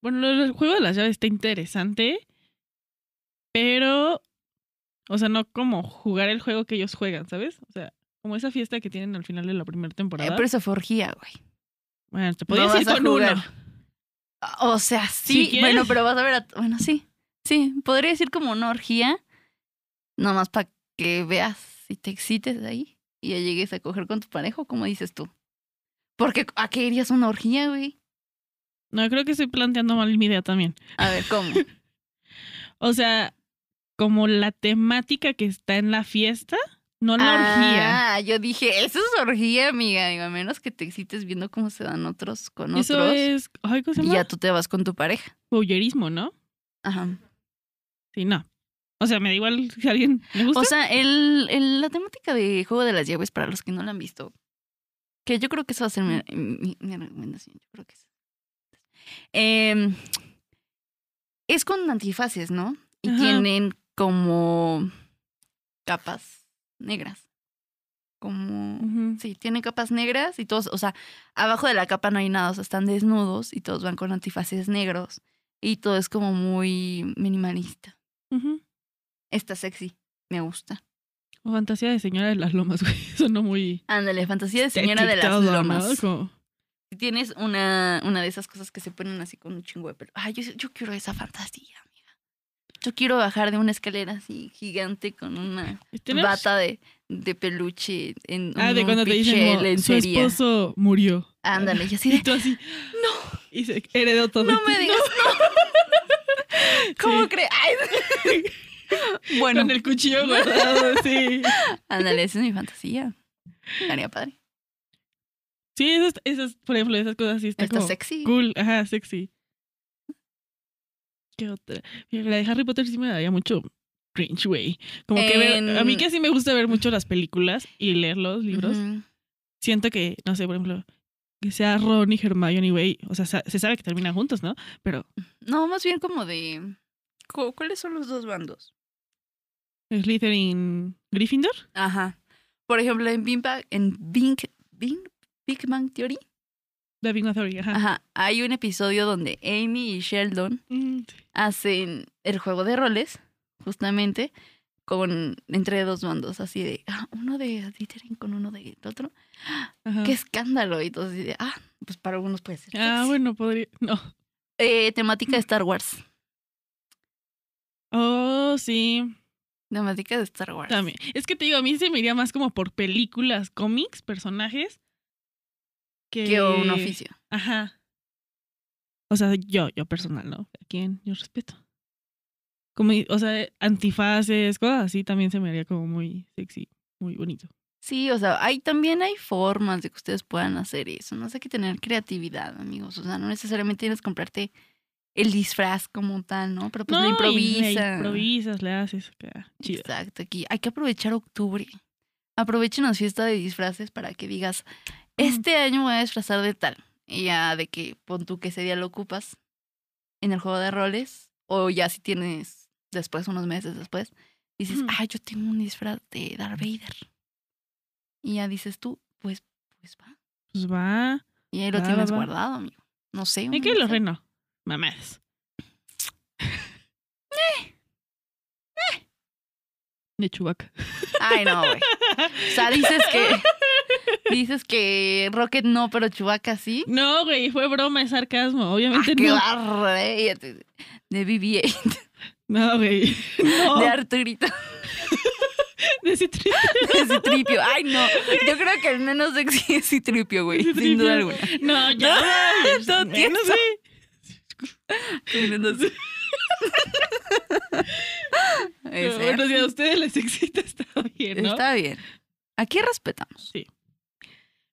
B: Bueno, lo del juego de las llaves está interesante. Pero. O sea, no como jugar el juego que ellos juegan, ¿sabes? O sea, como esa fiesta que tienen al final de la primera
A: Eh,
B: temporada.
A: pero eso fue orgía, güey.
B: Bueno, te podías
A: vas
B: ir
A: a
B: con
A: jugar.
B: uno.
A: Ah, O sea,
B: Si
A: sí.
B: quieres.
A: bueno, pero vas a ver a. Bueno, sí. Sí, podría decir como una orgía. Nomás para que veas y te excites de ahí. Y ya llegues a coger con tu pareja, como dices tú. Porque ¿a qué irías a una orgía, güey?
B: No, creo que estoy planteando mal mi idea también.
A: A ver, ¿cómo?
B: O sea, como la temática que está en la fiesta, no la orgía.
A: ah, yo dije, eso es orgía, amiga. Digo, a menos que te excites viendo cómo se dan otros con
B: Eso
A: otros.
B: es. Ay, ¿cómo se
A: Y
B: llama?
A: ya tú te vas con tu pareja.
B: Voyeurismo, ¿no?
A: Ajá.
B: Sí, no. O sea, me da igual si a alguien le gusta.
A: O sea, el, el- la temática de Juego de las Llaves, para los que no la han visto, que yo creo que eso va a ser mi, mi- mi recomendación. Yo creo que es. Em, es con antifaces, ¿no? Y
B: Ajá.
A: tienen como capas negras. Como.
B: Ujú.
A: Sí, tienen capas negras y todos, o sea, abajo de la capa no hay nada, o sea, están desnudos y todos van con antifaces negros y todo es como muy minimalista.
B: Ujú.
A: Está sexy, me gusta.
B: O fantasía de señora de las lomas, güey. Sonó muy.
A: Ándale, fantasía de señora de las
B: TikTok, ¿no?
A: lomas.
B: Como-
A: Si tienes una, una de esas cosas que se ponen así con un chingo de pelo. Ay, yo, yo quiero esa fantasía, amiga. Yo quiero bajar de una escalera así gigante con una
B: ¿Tenemos?
A: bata de, de peluche en
B: Ah, de
A: un
B: cuando te
A: pinche
B: dicen como, su
A: lencería".
B: esposo murió.
A: Ándale, y así
B: Y
A: de,
B: tú así. No. Y se heredó todo.
A: no me digas, no. ¿Cómo crees? Ay. Bueno,
B: Con el cuchillo guardado, sí.
A: ándale, esa es mi fantasía. Estaría padre.
B: Sí, esas, esas, por ejemplo, esas cosas así está
A: Está
B: como
A: sexy.
B: cool, ajá, sexy. ¿Qué otra? Mira, La de Harry Potter sí me daría mucho cringe, güey. Como que ver-
A: En-
B: a mí que sí me gusta ver mucho las películas y leer los libros.
A: Ujú.
B: Siento que, no sé, por ejemplo, que sea Ron y Hermione, güey. O sea, sa- se sabe que terminan juntos, ¿no? Pero
A: No, más bien como de. cu- ¿Cuáles son los dos bandos?
B: Slytherin, Gryffindor.
A: Ajá. Por ejemplo, en Big Bang, en Bing- Bing- Big Bang Theory,
B: La Big Bang Theory, ajá.
A: ajá, hay un episodio donde Amy y Sheldon
B: Mm, sí.
A: hacen el juego de roles, justamente, con entre dos bandos, así de ah, uno de Slytherin con uno de otro.
B: Ajá.
A: ¡Qué escándalo! Y entonces, de, ah, pues para algunos puede ser.
B: Ah,
A: sexy.
B: bueno, podría. No.
A: Eh, temática de Star Wars.
B: Oh, sí.
A: Temática de Star Wars.
B: También. Es que te digo, a mí se me iría más como por películas, cómics, personajes. Que,
A: Que un oficio.
B: Ajá. O sea, yo, yo personal, ¿no? A quien yo respeto. Como, o sea, antifaces, cosas así también se me haría como muy sexy, muy bonito.
A: Sí, o sea, hay, también hay formas de que ustedes puedan hacer eso. No sé, hay que tener creatividad, amigos. O sea, no necesariamente tienes que comprarte el disfraz como tal, ¿no? Pero pues
B: no,
A: lo
B: y le
A: improvisa.
B: improvisas, le haces. acá, Chido.
A: Exacto, aquí hay que aprovechar octubre. Aprovechen las fiestas de disfraces para que digas, este año me voy a disfrazar de tal. Y ya de que pon tú que ese día lo ocupas en el juego de roles. O ya si tienes después, unos meses después, dices,
B: Ujú.
A: ah, yo tengo un disfraz de Darth Vader. Y ya dices tú, pues, pues va.
B: Pues va.
A: Y ahí lo
B: Va, va,
A: tienes
B: va.
A: guardado, amigo. No sé.
B: ¿En
A: uno
B: qué
A: no
B: lo
A: sabe.
B: reno? Mamás. De Chubaca.
A: Ay, no, güey. O sea, dices que. Dices que Rocket no, pero Chewbacca sí.
B: No, güey, fue broma, es sarcasmo.
A: Ah,
B: Obviamente
A: qué
B: no.
A: barro, eh, ya te- De BB-8,
B: No, güey. No.
A: de
B: De,
A: Arturito,
B: Citri-
A: de Citripio. Ay, no. Yo creo que el menos sexy es Citripio, güey. Sin duda alguna.
B: No, ya.
A: No,
B: no,
A: tieso.
B: sé.
A: Caminando así. Es-
B: Pero Bueno, si a ustedes les excita, está bien, ¿no?
A: Está bien. Aquí respetamos.
B: Sí.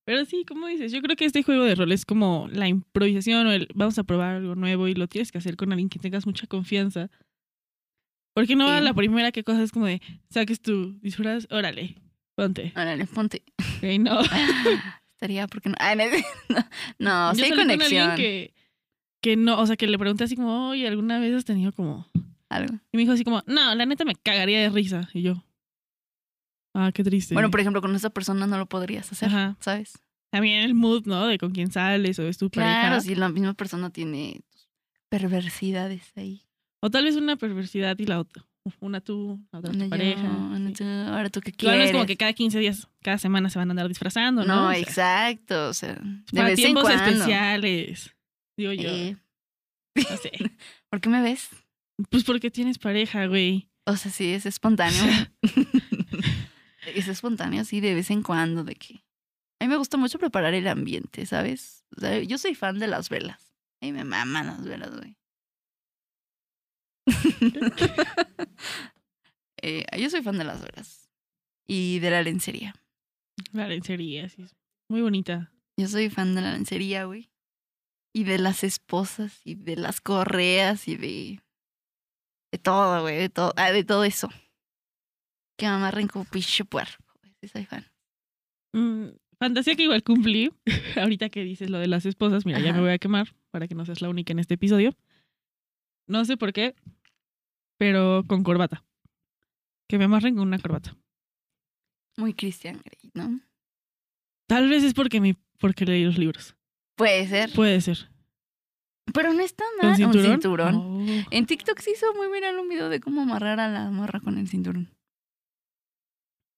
B: Pero sí, como dices, yo creo que este juego de rol es como la improvisación o el vamos a probar algo nuevo y lo tienes que hacer con alguien que tengas mucha confianza. Porque no a
A: Sí.
B: la primera que cosa es como de saques tu disfraz, órale, ponte.
A: Órale, ponte. Ah,
B: Ok, no.
A: Estaría porque no. Ay, no, no, no sí
B: Yo
A: hay
B: salí con alguien
A: conexión.
B: que, que no, o sea, que le pregunté así como, oye, ¿alguna vez has tenido como
A: Algo.
B: Y me dijo así como, no, la neta me cagaría de risa. Y yo, ah, qué triste.
A: Bueno, por ejemplo, con esa persona no lo podrías hacer,
B: Ajá.
A: ¿sabes?
B: También el mood, ¿no? De con quién sales o es tu
A: Claro,
B: pareja.
A: si la misma persona tiene perversidades ahí.
B: O tal vez una perversidad y la otra. Una tú, la otra
A: Una
B: tu
A: yo,
B: pareja.
A: una
B: sí.
A: tú, ahora tú qué
B: Igual
A: quieres.
B: no es como que cada 15 días, cada semana se van a andar disfrazando, ¿no?
A: No,
B: O sea,
A: exacto. O sea, de
B: para
A: vez en
B: tiempos
A: cuando.
B: especiales. Digo yo,
A: Eh,
B: no sé.
A: ¿Por qué me ves?
B: Pues porque tienes pareja, güey.
A: O sea, sí, es espontáneo. es espontáneo, así de vez en cuando, de que. A mí me gusta mucho preparar el ambiente, ¿sabes? O sea, yo soy fan de las velas. Y me maman los velos, güey. Eh, yo soy fan de las velas. Y de la lencería.
B: La lencería, sí. es Muy bonita.
A: Yo soy fan de la lencería, güey. Y de las esposas, y de las correas, y de. De todo, güey. De todo, ah, de todo eso. Que me amarren como pinche puerco, güey. Sí, soy fan.
B: Mm, fantasía que igual cumplí. Ahorita que dices lo de las esposas, mira, ya
A: Ajá.
B: me voy a quemar para que no seas la única en este episodio. No sé por qué, pero con corbata. Que me amarren con una corbata.
A: Muy Christian Grey, ¿no?
B: Tal vez es porque mi, porque leí los libros.
A: Puede ser.
B: Puede ser.
A: Pero no está
B: ¿Con
A: mal
B: cinturón?
A: Ah, un cinturón.
B: Oh.
A: En TikTok se hizo muy viral un video de cómo amarrar a la morra con el cinturón.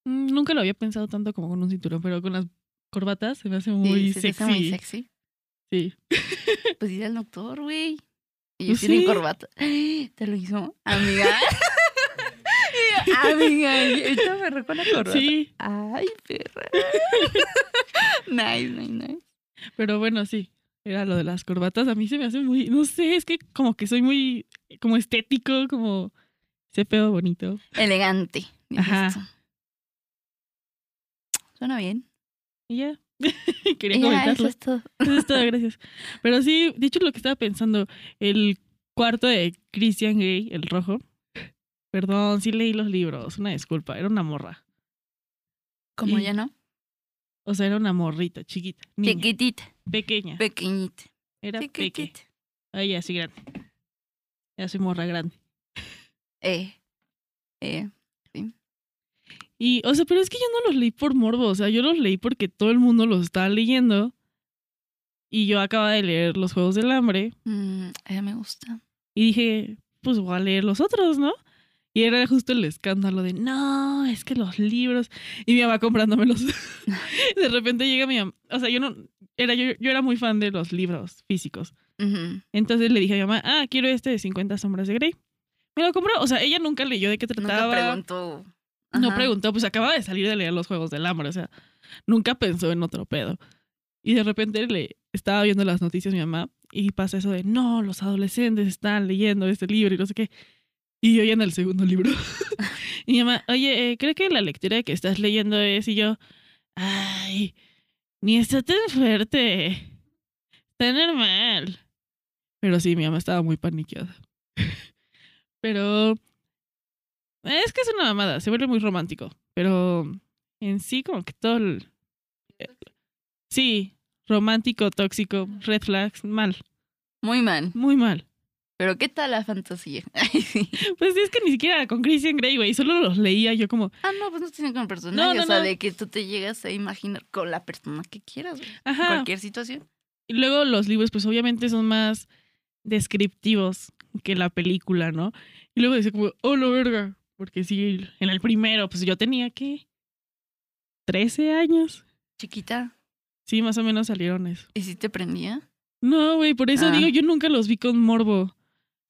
B: Mm, Nunca lo había pensado tanto como con un cinturón, pero con las corbatas se me hace
A: Sí,
B: muy
A: se te
B: sexy.
A: hace muy sexy.
B: Sí.
A: Pues ir al doctor, güey. Ellos
B: ¿Ah, Sí.
A: tienen corbata. Te lo hizo, amiga. Y yo, amiga, esta agarró con la corbata.
B: Sí,
A: Ay, perra. nice, nice, nice.
B: pero bueno, sí. Era lo de las corbatas. A mí se me hace muy, no sé, es que como que soy muy, como estético, como ese pedo bonito.
A: Elegante. dices
B: Ajá.
A: tú. Suena bien.
B: Y ya. Quería
A: Y ya, eso
B: comentarlo.
A: es todo.
B: Eso es todo, gracias. Pero sí, dicho lo que estaba pensando, el cuarto de Christian Grey, el rojo. Perdón, sí leí los libros, una disculpa, era una morra.
A: Como
B: Y-
A: ya no.
B: O sea, era una morrita, chiquita, niña,
A: Chiquitita,
B: pequeña.
A: pequeñita.
B: Era peque.
A: Chiquitita.
B: Ay, ya soy grande. Ya soy morra grande.
A: Eh. Eh.
B: Y, o sea, pero es que yo no los leí por morbo. O sea, yo los leí porque todo el mundo los estaba leyendo. Y yo acababa de leer Los Juegos del Hambre.
A: mm, ella me gusta.
B: Y dije, pues voy a leer los otros, ¿no? Y era justo el escándalo de, no, es que los libros. Y mi mamá comprándomelos. de repente llega mi mamá. O sea, yo no. Era, yo, yo era muy fan de los libros físicos.
A: Ujú.
B: Entonces le dije a mi mamá, ah, quiero este de 50 Sombras de Grey. Me lo compró. O sea, ella nunca leyó de qué trataba.
A: Nunca preguntó.
B: No
A: Ajá.
B: preguntó, pues acababa de salir de leer los Juegos del Hambre, o sea, nunca pensó en otro pedo. Y de repente le estaba viendo las noticias mi mamá y pasa eso de, no, los adolescentes están leyendo este libro y no sé qué. Y yo ya en el segundo libro. y mi mamá, oye, eh, ¿cree que la lectura que estás leyendo es? Y yo, ay, ni está tan fuerte. Está normal. Pero sí, mi mamá estaba muy paniqueada. Pero es que es una mamada, se vuelve muy romántico. Pero en sí, como que todo el- eh, Sí, romántico, tóxico, red flags, mal,
A: Muy mal.
B: muy mal.
A: Pero ¿qué tal la fantasía? Ay, sí.
B: Pues es que ni siquiera con Christian Grey, güey, solo los leía yo como,
A: ah, no, pues no tiene con personaje.
B: No, no,
A: o sea,
B: no.
A: de que tú te llegas a imaginar con la persona que quieras, güey.
B: ajá.
A: Cualquier situación.
B: Y luego los libros, pues obviamente son más descriptivos que la película, ¿no? Y luego dice como, oh, la verga. Porque sí, en el primero, pues yo tenía que 13 años.
A: Chiquita.
B: Sí, más o menos salieron eso.
A: ¿Y si te prendía?
B: No, güey, por eso
A: Ah.
B: digo, yo nunca los vi con morbo.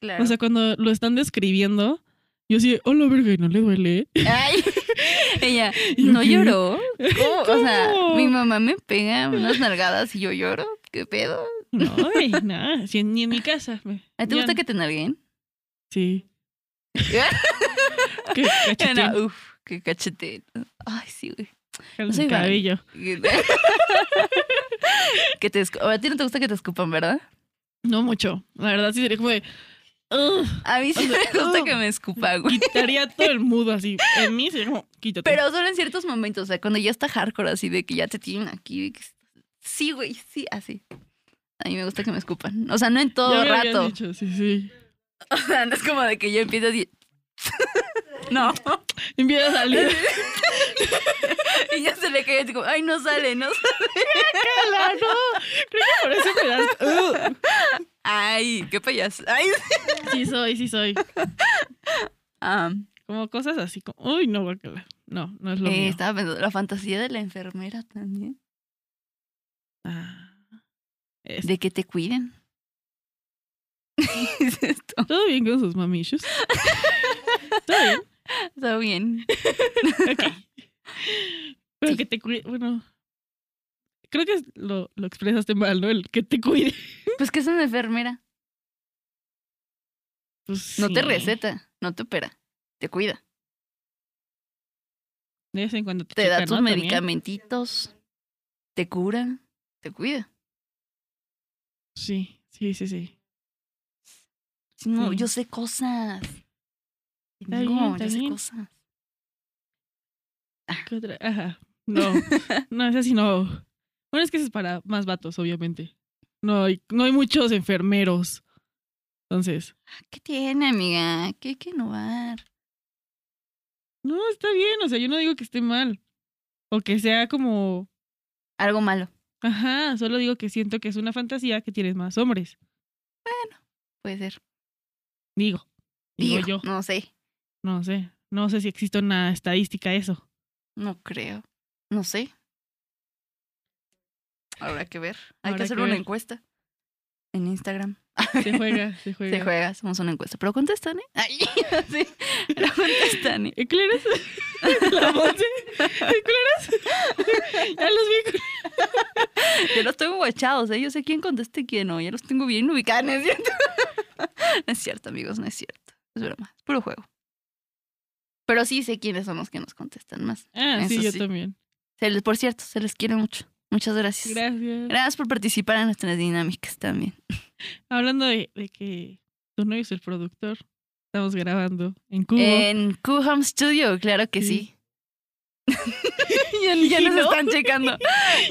A: Claro.
B: O sea, cuando lo están describiendo, yo sí, oh la verga, y no le duele.
A: Ay, ella,
B: Y yo,
A: ¿no
B: ¿qué?
A: lloró? ¿Cómo? O sea,
B: ¿Cómo?
A: mi mamá me pega unas nalgadas y yo lloro. ¿Qué pedo?
B: No, güey, nada, si en- ni en mi casa. me-
A: ¿A ti te
B: ya-
A: gusta que te nalguen?
B: Sí. que cacheteen
A: Ana, uf, qué cachete. Ay, sí, güey.
B: el
A: no soy van.
B: cabello.
A: que te escu- A ti no te gusta que te escupan, ¿verdad?
B: No mucho. La verdad sí sería como de... "Ugh",
A: A mí sí
B: O
A: me
B: sea,
A: gusta
B: no.
A: que me escupa, güey.
B: quitaría todo el mudo así. En mí sería como, quítate.
A: Pero solo en ciertos momentos, o sea, cuando ya está hardcore así de que ya te tienen aquí. de que- Sí, güey, sí, así. A mí me gusta que me escupan. O sea, no en
B: Ya
A: todo
B: me habían
A: rato.
B: dicho, sí, sí.
A: O sea, no es como de que yo empiezo así. no.
B: Empieza a salir.
A: Y ya se le cae así como, ay, no sale, no sale.
B: ¡Cala, no! Creo que por eso me das... "Ugh".
A: Ay, qué payaso. Ay,
B: Sí soy, sí soy.
A: Ah,
B: Como cosas así como... Uy, no, guacala. No, no es lo
A: eh,
B: mío.
A: estaba pensando, la fantasía de la enfermera también.
B: Ah. Es-
A: De que te cuiden. es esto?
B: ¿Todo bien con sus mamichos? ¿Todo bien?
A: Está bien.
B: Ok. Pero
A: Sí.
B: que te cuide. Bueno. creo que lo, lo expresaste mal, ¿no? El que te cuide.
A: Pues que es una enfermera.
B: Pues
A: No te
B: sí.
A: receta, no te opera, te cuida.
B: De vez en cuando te,
A: Te
B: checa,
A: da tus
B: ¿no? También.
A: medicamentitos, te cura, te cuida.
B: Sí, sí, sí, sí.
A: Sí, No,
B: Sí.
A: yo sé cosas. Te
B: Está
A: digo,
B: bien, está
A: yo sé
B: bien.
A: cosas. Ah.
B: ¿Qué otra? Ajá. No, no, es así, no. Bueno, es que eso es para más vatos, obviamente. No hay, no hay muchos enfermeros. Entonces,
A: Ah, ¿Qué tiene, amiga? ¿Qué hay que innovar?
B: no, está bien. O sea, yo no digo que esté mal. O que sea como.
A: Algo malo.
B: Ajá, solo digo que siento que es una fantasía que tienes más hombres.
A: Puede ser.
B: Digo. Digo,
A: Digo,
B: yo.
A: No sé.
B: No sé. No sé si existe una estadística de eso.
A: No creo. No sé. Habrá que ver. Hay que
B: Habrá
A: hacer
B: que
A: una
B: ver.
A: encuesta en Instagram.
B: Se juega, se juega.
A: Se juega, hacemos una encuesta. Pero contestan, ¿eh? Ay, sí. Pero contestan, ¿eh?
B: ¿Ecleras? ¿La Monse? ¿Ecleras? Ya los vi.
A: Yo los tengo guachados, ¿eh? Yo sé quién conteste y quién no. Ya los tengo bien ubicados, ¿no es cierto? no es cierto, amigos, no es cierto. Es broma, es puro juego. Pero sí sé quiénes son los que nos contestan más.
B: Ah, sí,
A: Eso
B: yo
A: sí.
B: también.
A: Se les, por cierto, se les quiere mucho. Muchas gracias.
B: Gracias.
A: Gracias por participar en nuestras dinámicas también.
B: Hablando de, de que tu novio es el productor, estamos grabando en Cubo.
A: En Q Home Studio, claro que sí. ya, ya nos
B: no.
A: están checando.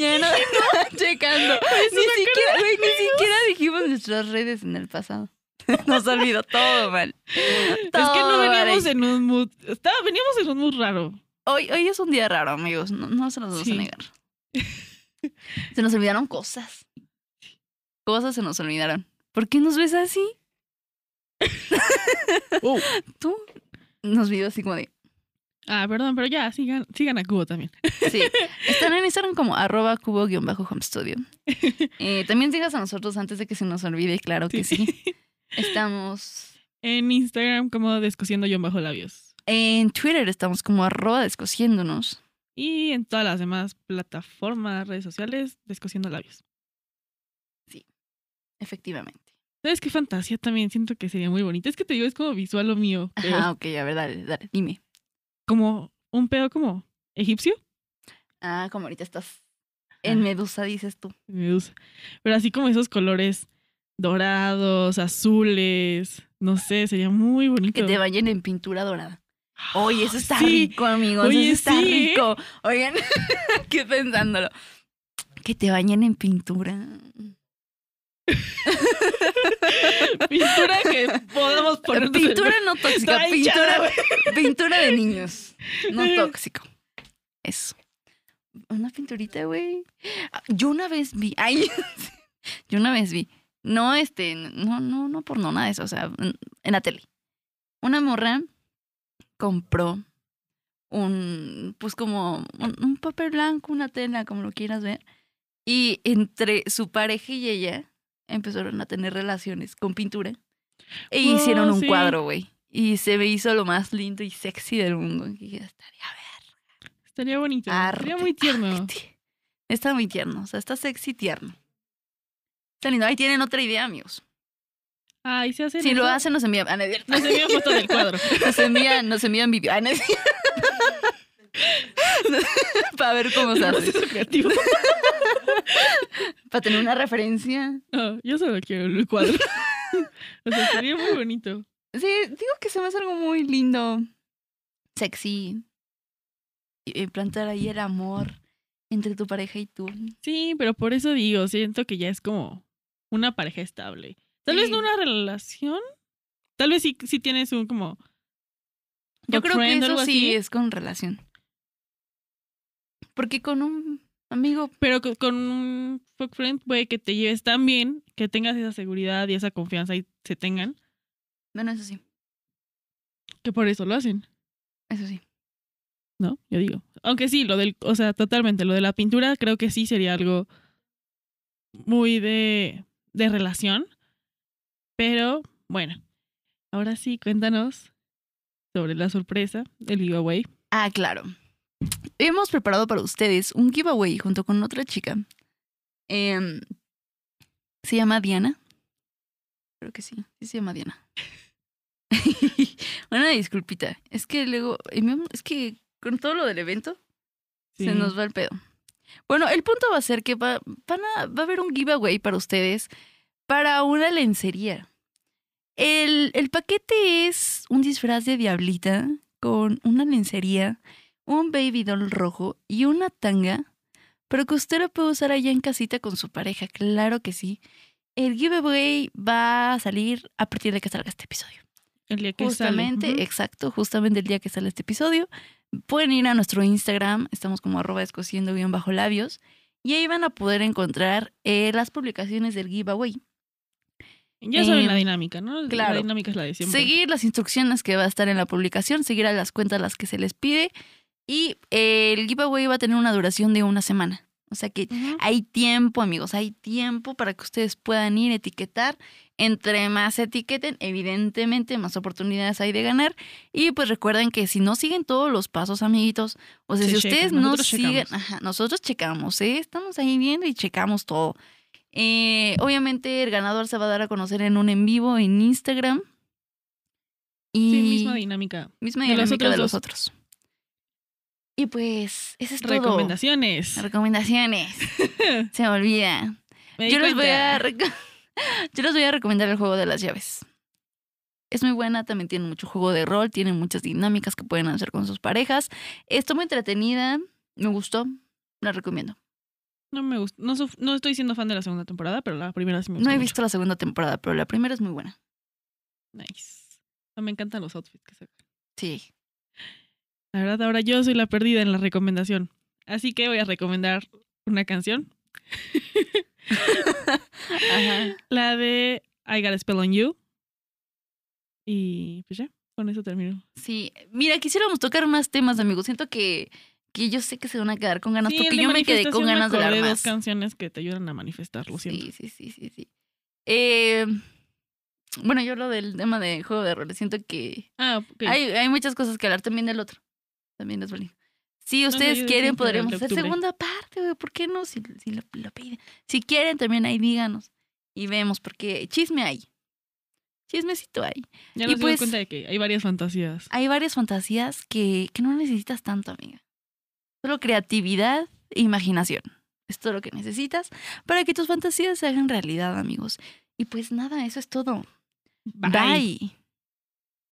A: Ya nos están checando. Pues Ni
B: una
A: siquiera, güey, ni siquiera dijimos nuestras redes en el pasado. Nos olvidó todo mal.
B: es que no
A: todo,
B: veníamos
A: Ari.
B: en un mood. Estaba, veníamos en un mood raro.
A: Hoy, hoy es un día raro, amigos. No, no se los vamos a
B: Sí.
A: negar. Se nos olvidaron cosas. Cosas se nos olvidaron. ¿Por qué nos ves así? Uh.
B: Oh.
A: Tú nos vio así como de.
B: Ah, perdón, pero ya, sigan, sigan a Cubo también.
A: Sí. Están en Instagram como arroba cubo-home studio. Eh, también digas a nosotros antes de que se nos olvide, claro que sí. Estamos
B: En Instagram como descosiendo yo bajo labios.
A: en Twitter, estamos como arroba descosiéndonos.
B: Y en todas las demás plataformas, redes sociales, descosiendo labios.
A: Efectivamente.
B: ¿Sabes qué fantasía también? Siento que sería muy bonita. Es que te digo, es como visual lo mío. pero
A: Ajá, Ah, ok, a ver, dale, dale, dime.
B: Como un pedo como egipcio.
A: Ah, como ahorita estás en
B: Ah.
A: Medusa, dices tú.
B: Medusa. Pero así como esos colores dorados, azules, no sé, sería muy bonito.
A: Que te bañen en pintura dorada. Oye, eso está
B: Sí.
A: rico, amigos.
B: Oye,
A: eso está
B: sí, ¿eh?
A: rico. Oigan, que pensándolo. Que te bañen en pintura.
B: Pintura que podamos poner.
A: Pintura no tóxica,
B: Está hinchada,
A: pintura, pintura de niños. No tóxico. Eso. Una pinturita, güey. Ah, Yo una vez vi. Ay, yo una vez vi. No, este, no, no, no por no nada de eso. O sea, en en la tele. Una morra compró un, pues como un, un papel blanco, una tela, como lo quieras ver. Y entre su pareja y ella empezaron a tener relaciones con pintura. E
B: Wow,
A: hicieron un
B: sí.
A: cuadro, güey. Y se me hizo lo más lindo y sexy del mundo. Y dije, estaría
B: Estaría bonito.
A: Arte,
B: Sería muy tierno.
A: arte. Está muy tierno, o sea, está sexy tierno. Está lindo. Ahí tienen otra idea, amigos.
B: Ay, se hace.
A: Si lo hacen, nos envían. ah, no es cierto.
B: No se vio foto del cuadro.
A: Nos envían, nos envían video. Ah, no es cierto. Para ver cómo se
B: No
A: hace.
B: sé, soy creativo.
A: Para tener una referencia.
B: No, yo solo quiero el cuadro. O sea, sería muy bonito.
A: Sí, digo que se me hace algo muy lindo. Sexy. Y- y Plantar ahí el amor entre tu pareja y tú.
B: Sí, pero por eso digo, siento que ya es como una pareja estable. Tal vez
A: Sí.
B: no una relación. Tal vez sí, sí tienes un como.
A: Yo
B: Fuck
A: creo que
B: friend,
A: eso
B: algo
A: sí
B: así.
A: es con relación. Porque con un amigo,
B: Pero co- con un fuck friend puede que te lleves tan bien, que tengas esa seguridad y esa confianza y se tengan,
A: bueno, eso sí,
B: que por eso lo hacen,
A: eso sí.
B: ¿no? Yo digo. Aunque sí, lo del, o sea, totalmente, lo de la pintura creo que sí sería algo muy de, de relación. Pero bueno, ahora sí, cuéntanos sobre la sorpresa del giveaway.
A: Ah, claro. Hemos preparado para ustedes un giveaway junto con otra chica Em, se llama Diana. Creo que sí, sí se llama Diana. Una disculpita. Es que luego, y me- es que con todo lo del evento,
B: Sí.
A: se nos va el pedo. Bueno, el punto va a ser que va, van a- va a haber un giveaway para ustedes para una lencería. El, el paquete es un disfraz de diablita con una lencería, un baby doll rojo y una tanga, pero que usted lo puede usar allá en casita con su pareja, claro que sí. El giveaway va a salir a partir de que salga este episodio.
B: El día que sale.
A: Justamente,
B: Ujú.
A: exacto, justamente el día que sale este episodio. Pueden ir a nuestro Instagram, estamos como arroba escociendo guión bajo labios, y ahí van a poder encontrar eh, las publicaciones del giveaway.
B: Ya saben la
A: em,
B: dinámica, ¿no?
A: claro.
B: La dinámica es la de siempre.
A: Seguir las instrucciones que va a estar en la publicación, seguir a las cuentas las que se les pide, y eh, el giveaway va a tener una duración de una semana. O sea que
B: Ujú.
A: hay tiempo, amigos, hay tiempo para que ustedes puedan ir a etiquetar. Entre más etiqueten, evidentemente más oportunidades hay de ganar. Y pues recuerden que si no siguen todos los pasos, amiguitos, o sea,
B: Se
A: si
B: checa,
A: ustedes no
B: nosotros
A: siguen,
B: checamos.
A: ajá, nosotros checamos, ¿eh? estamos ahí viendo y checamos todo. Eh, obviamente el ganador se va a dar a conocer en un en vivo en Instagram. Y
B: Sí, misma dinámica.
A: misma
B: de los
A: dinámica
B: otros
A: de los
B: dos.
A: otros. Y pues, eso es todo.
B: Recomendaciones.
A: Recomendaciones. Se me olvida.
B: Me di
A: Yo les, voy
B: cuenta.
A: a reco- Yo les voy a recomendar el juego de las llaves. Es muy buena, también tiene mucho juego de rol, tiene muchas dinámicas que pueden hacer con sus parejas. Está muy entretenida, me gustó, la recomiendo.
B: No me gusta. No, sof- no estoy siendo fan de la segunda temporada, pero la primera sí me gusta.
A: No he
B: mucho.
A: visto la segunda temporada, pero la primera es muy buena.
B: Nice. No, me encantan los outfits que sacan.
A: Sí.
B: La verdad, ahora yo soy la perdida en la recomendación. Así que voy a recomendar una canción.
A: Ajá.
B: La de I Got a Spell on You. Y pues ya, con eso termino.
A: Sí. Mira, quisiéramos tocar más temas, amigos. Siento que, que yo sé que se van a quedar con ganas,
B: Sí, el
A: porque
B: de
A: yo me quedé
B: manifestación
A: con ganas de hablar
B: acordé dos
A: más.
B: canciones que te ayudan a manifestar, lo siento.
A: Sí, sí, sí, sí, sí. Eh, bueno, yo lo del tema de juego de rol, siento que
B: Ah, ok.
A: hay, hay muchas cosas que hablar también del otro. También es válido. Si
B: no,
A: ustedes
B: yo decía
A: quieren,
B: para el
A: podríamos
B: de
A: hacer
B: octubre.
A: segunda parte, güey. ¿Por qué no? Si, si lo, lo piden. Si quieren, también ahí díganos. Y vemos, porque chisme hay. Chismecito hay.
B: ya
A: y
B: nos dimos
A: pues-
B: cuenta de que hay varias fantasías.
A: Hay varias fantasías que, que no necesitas tanto, amiga. Solo creatividad e imaginación. Es todo lo que necesitas para que tus fantasías se hagan realidad, amigos. Y pues nada, eso es todo. Bye.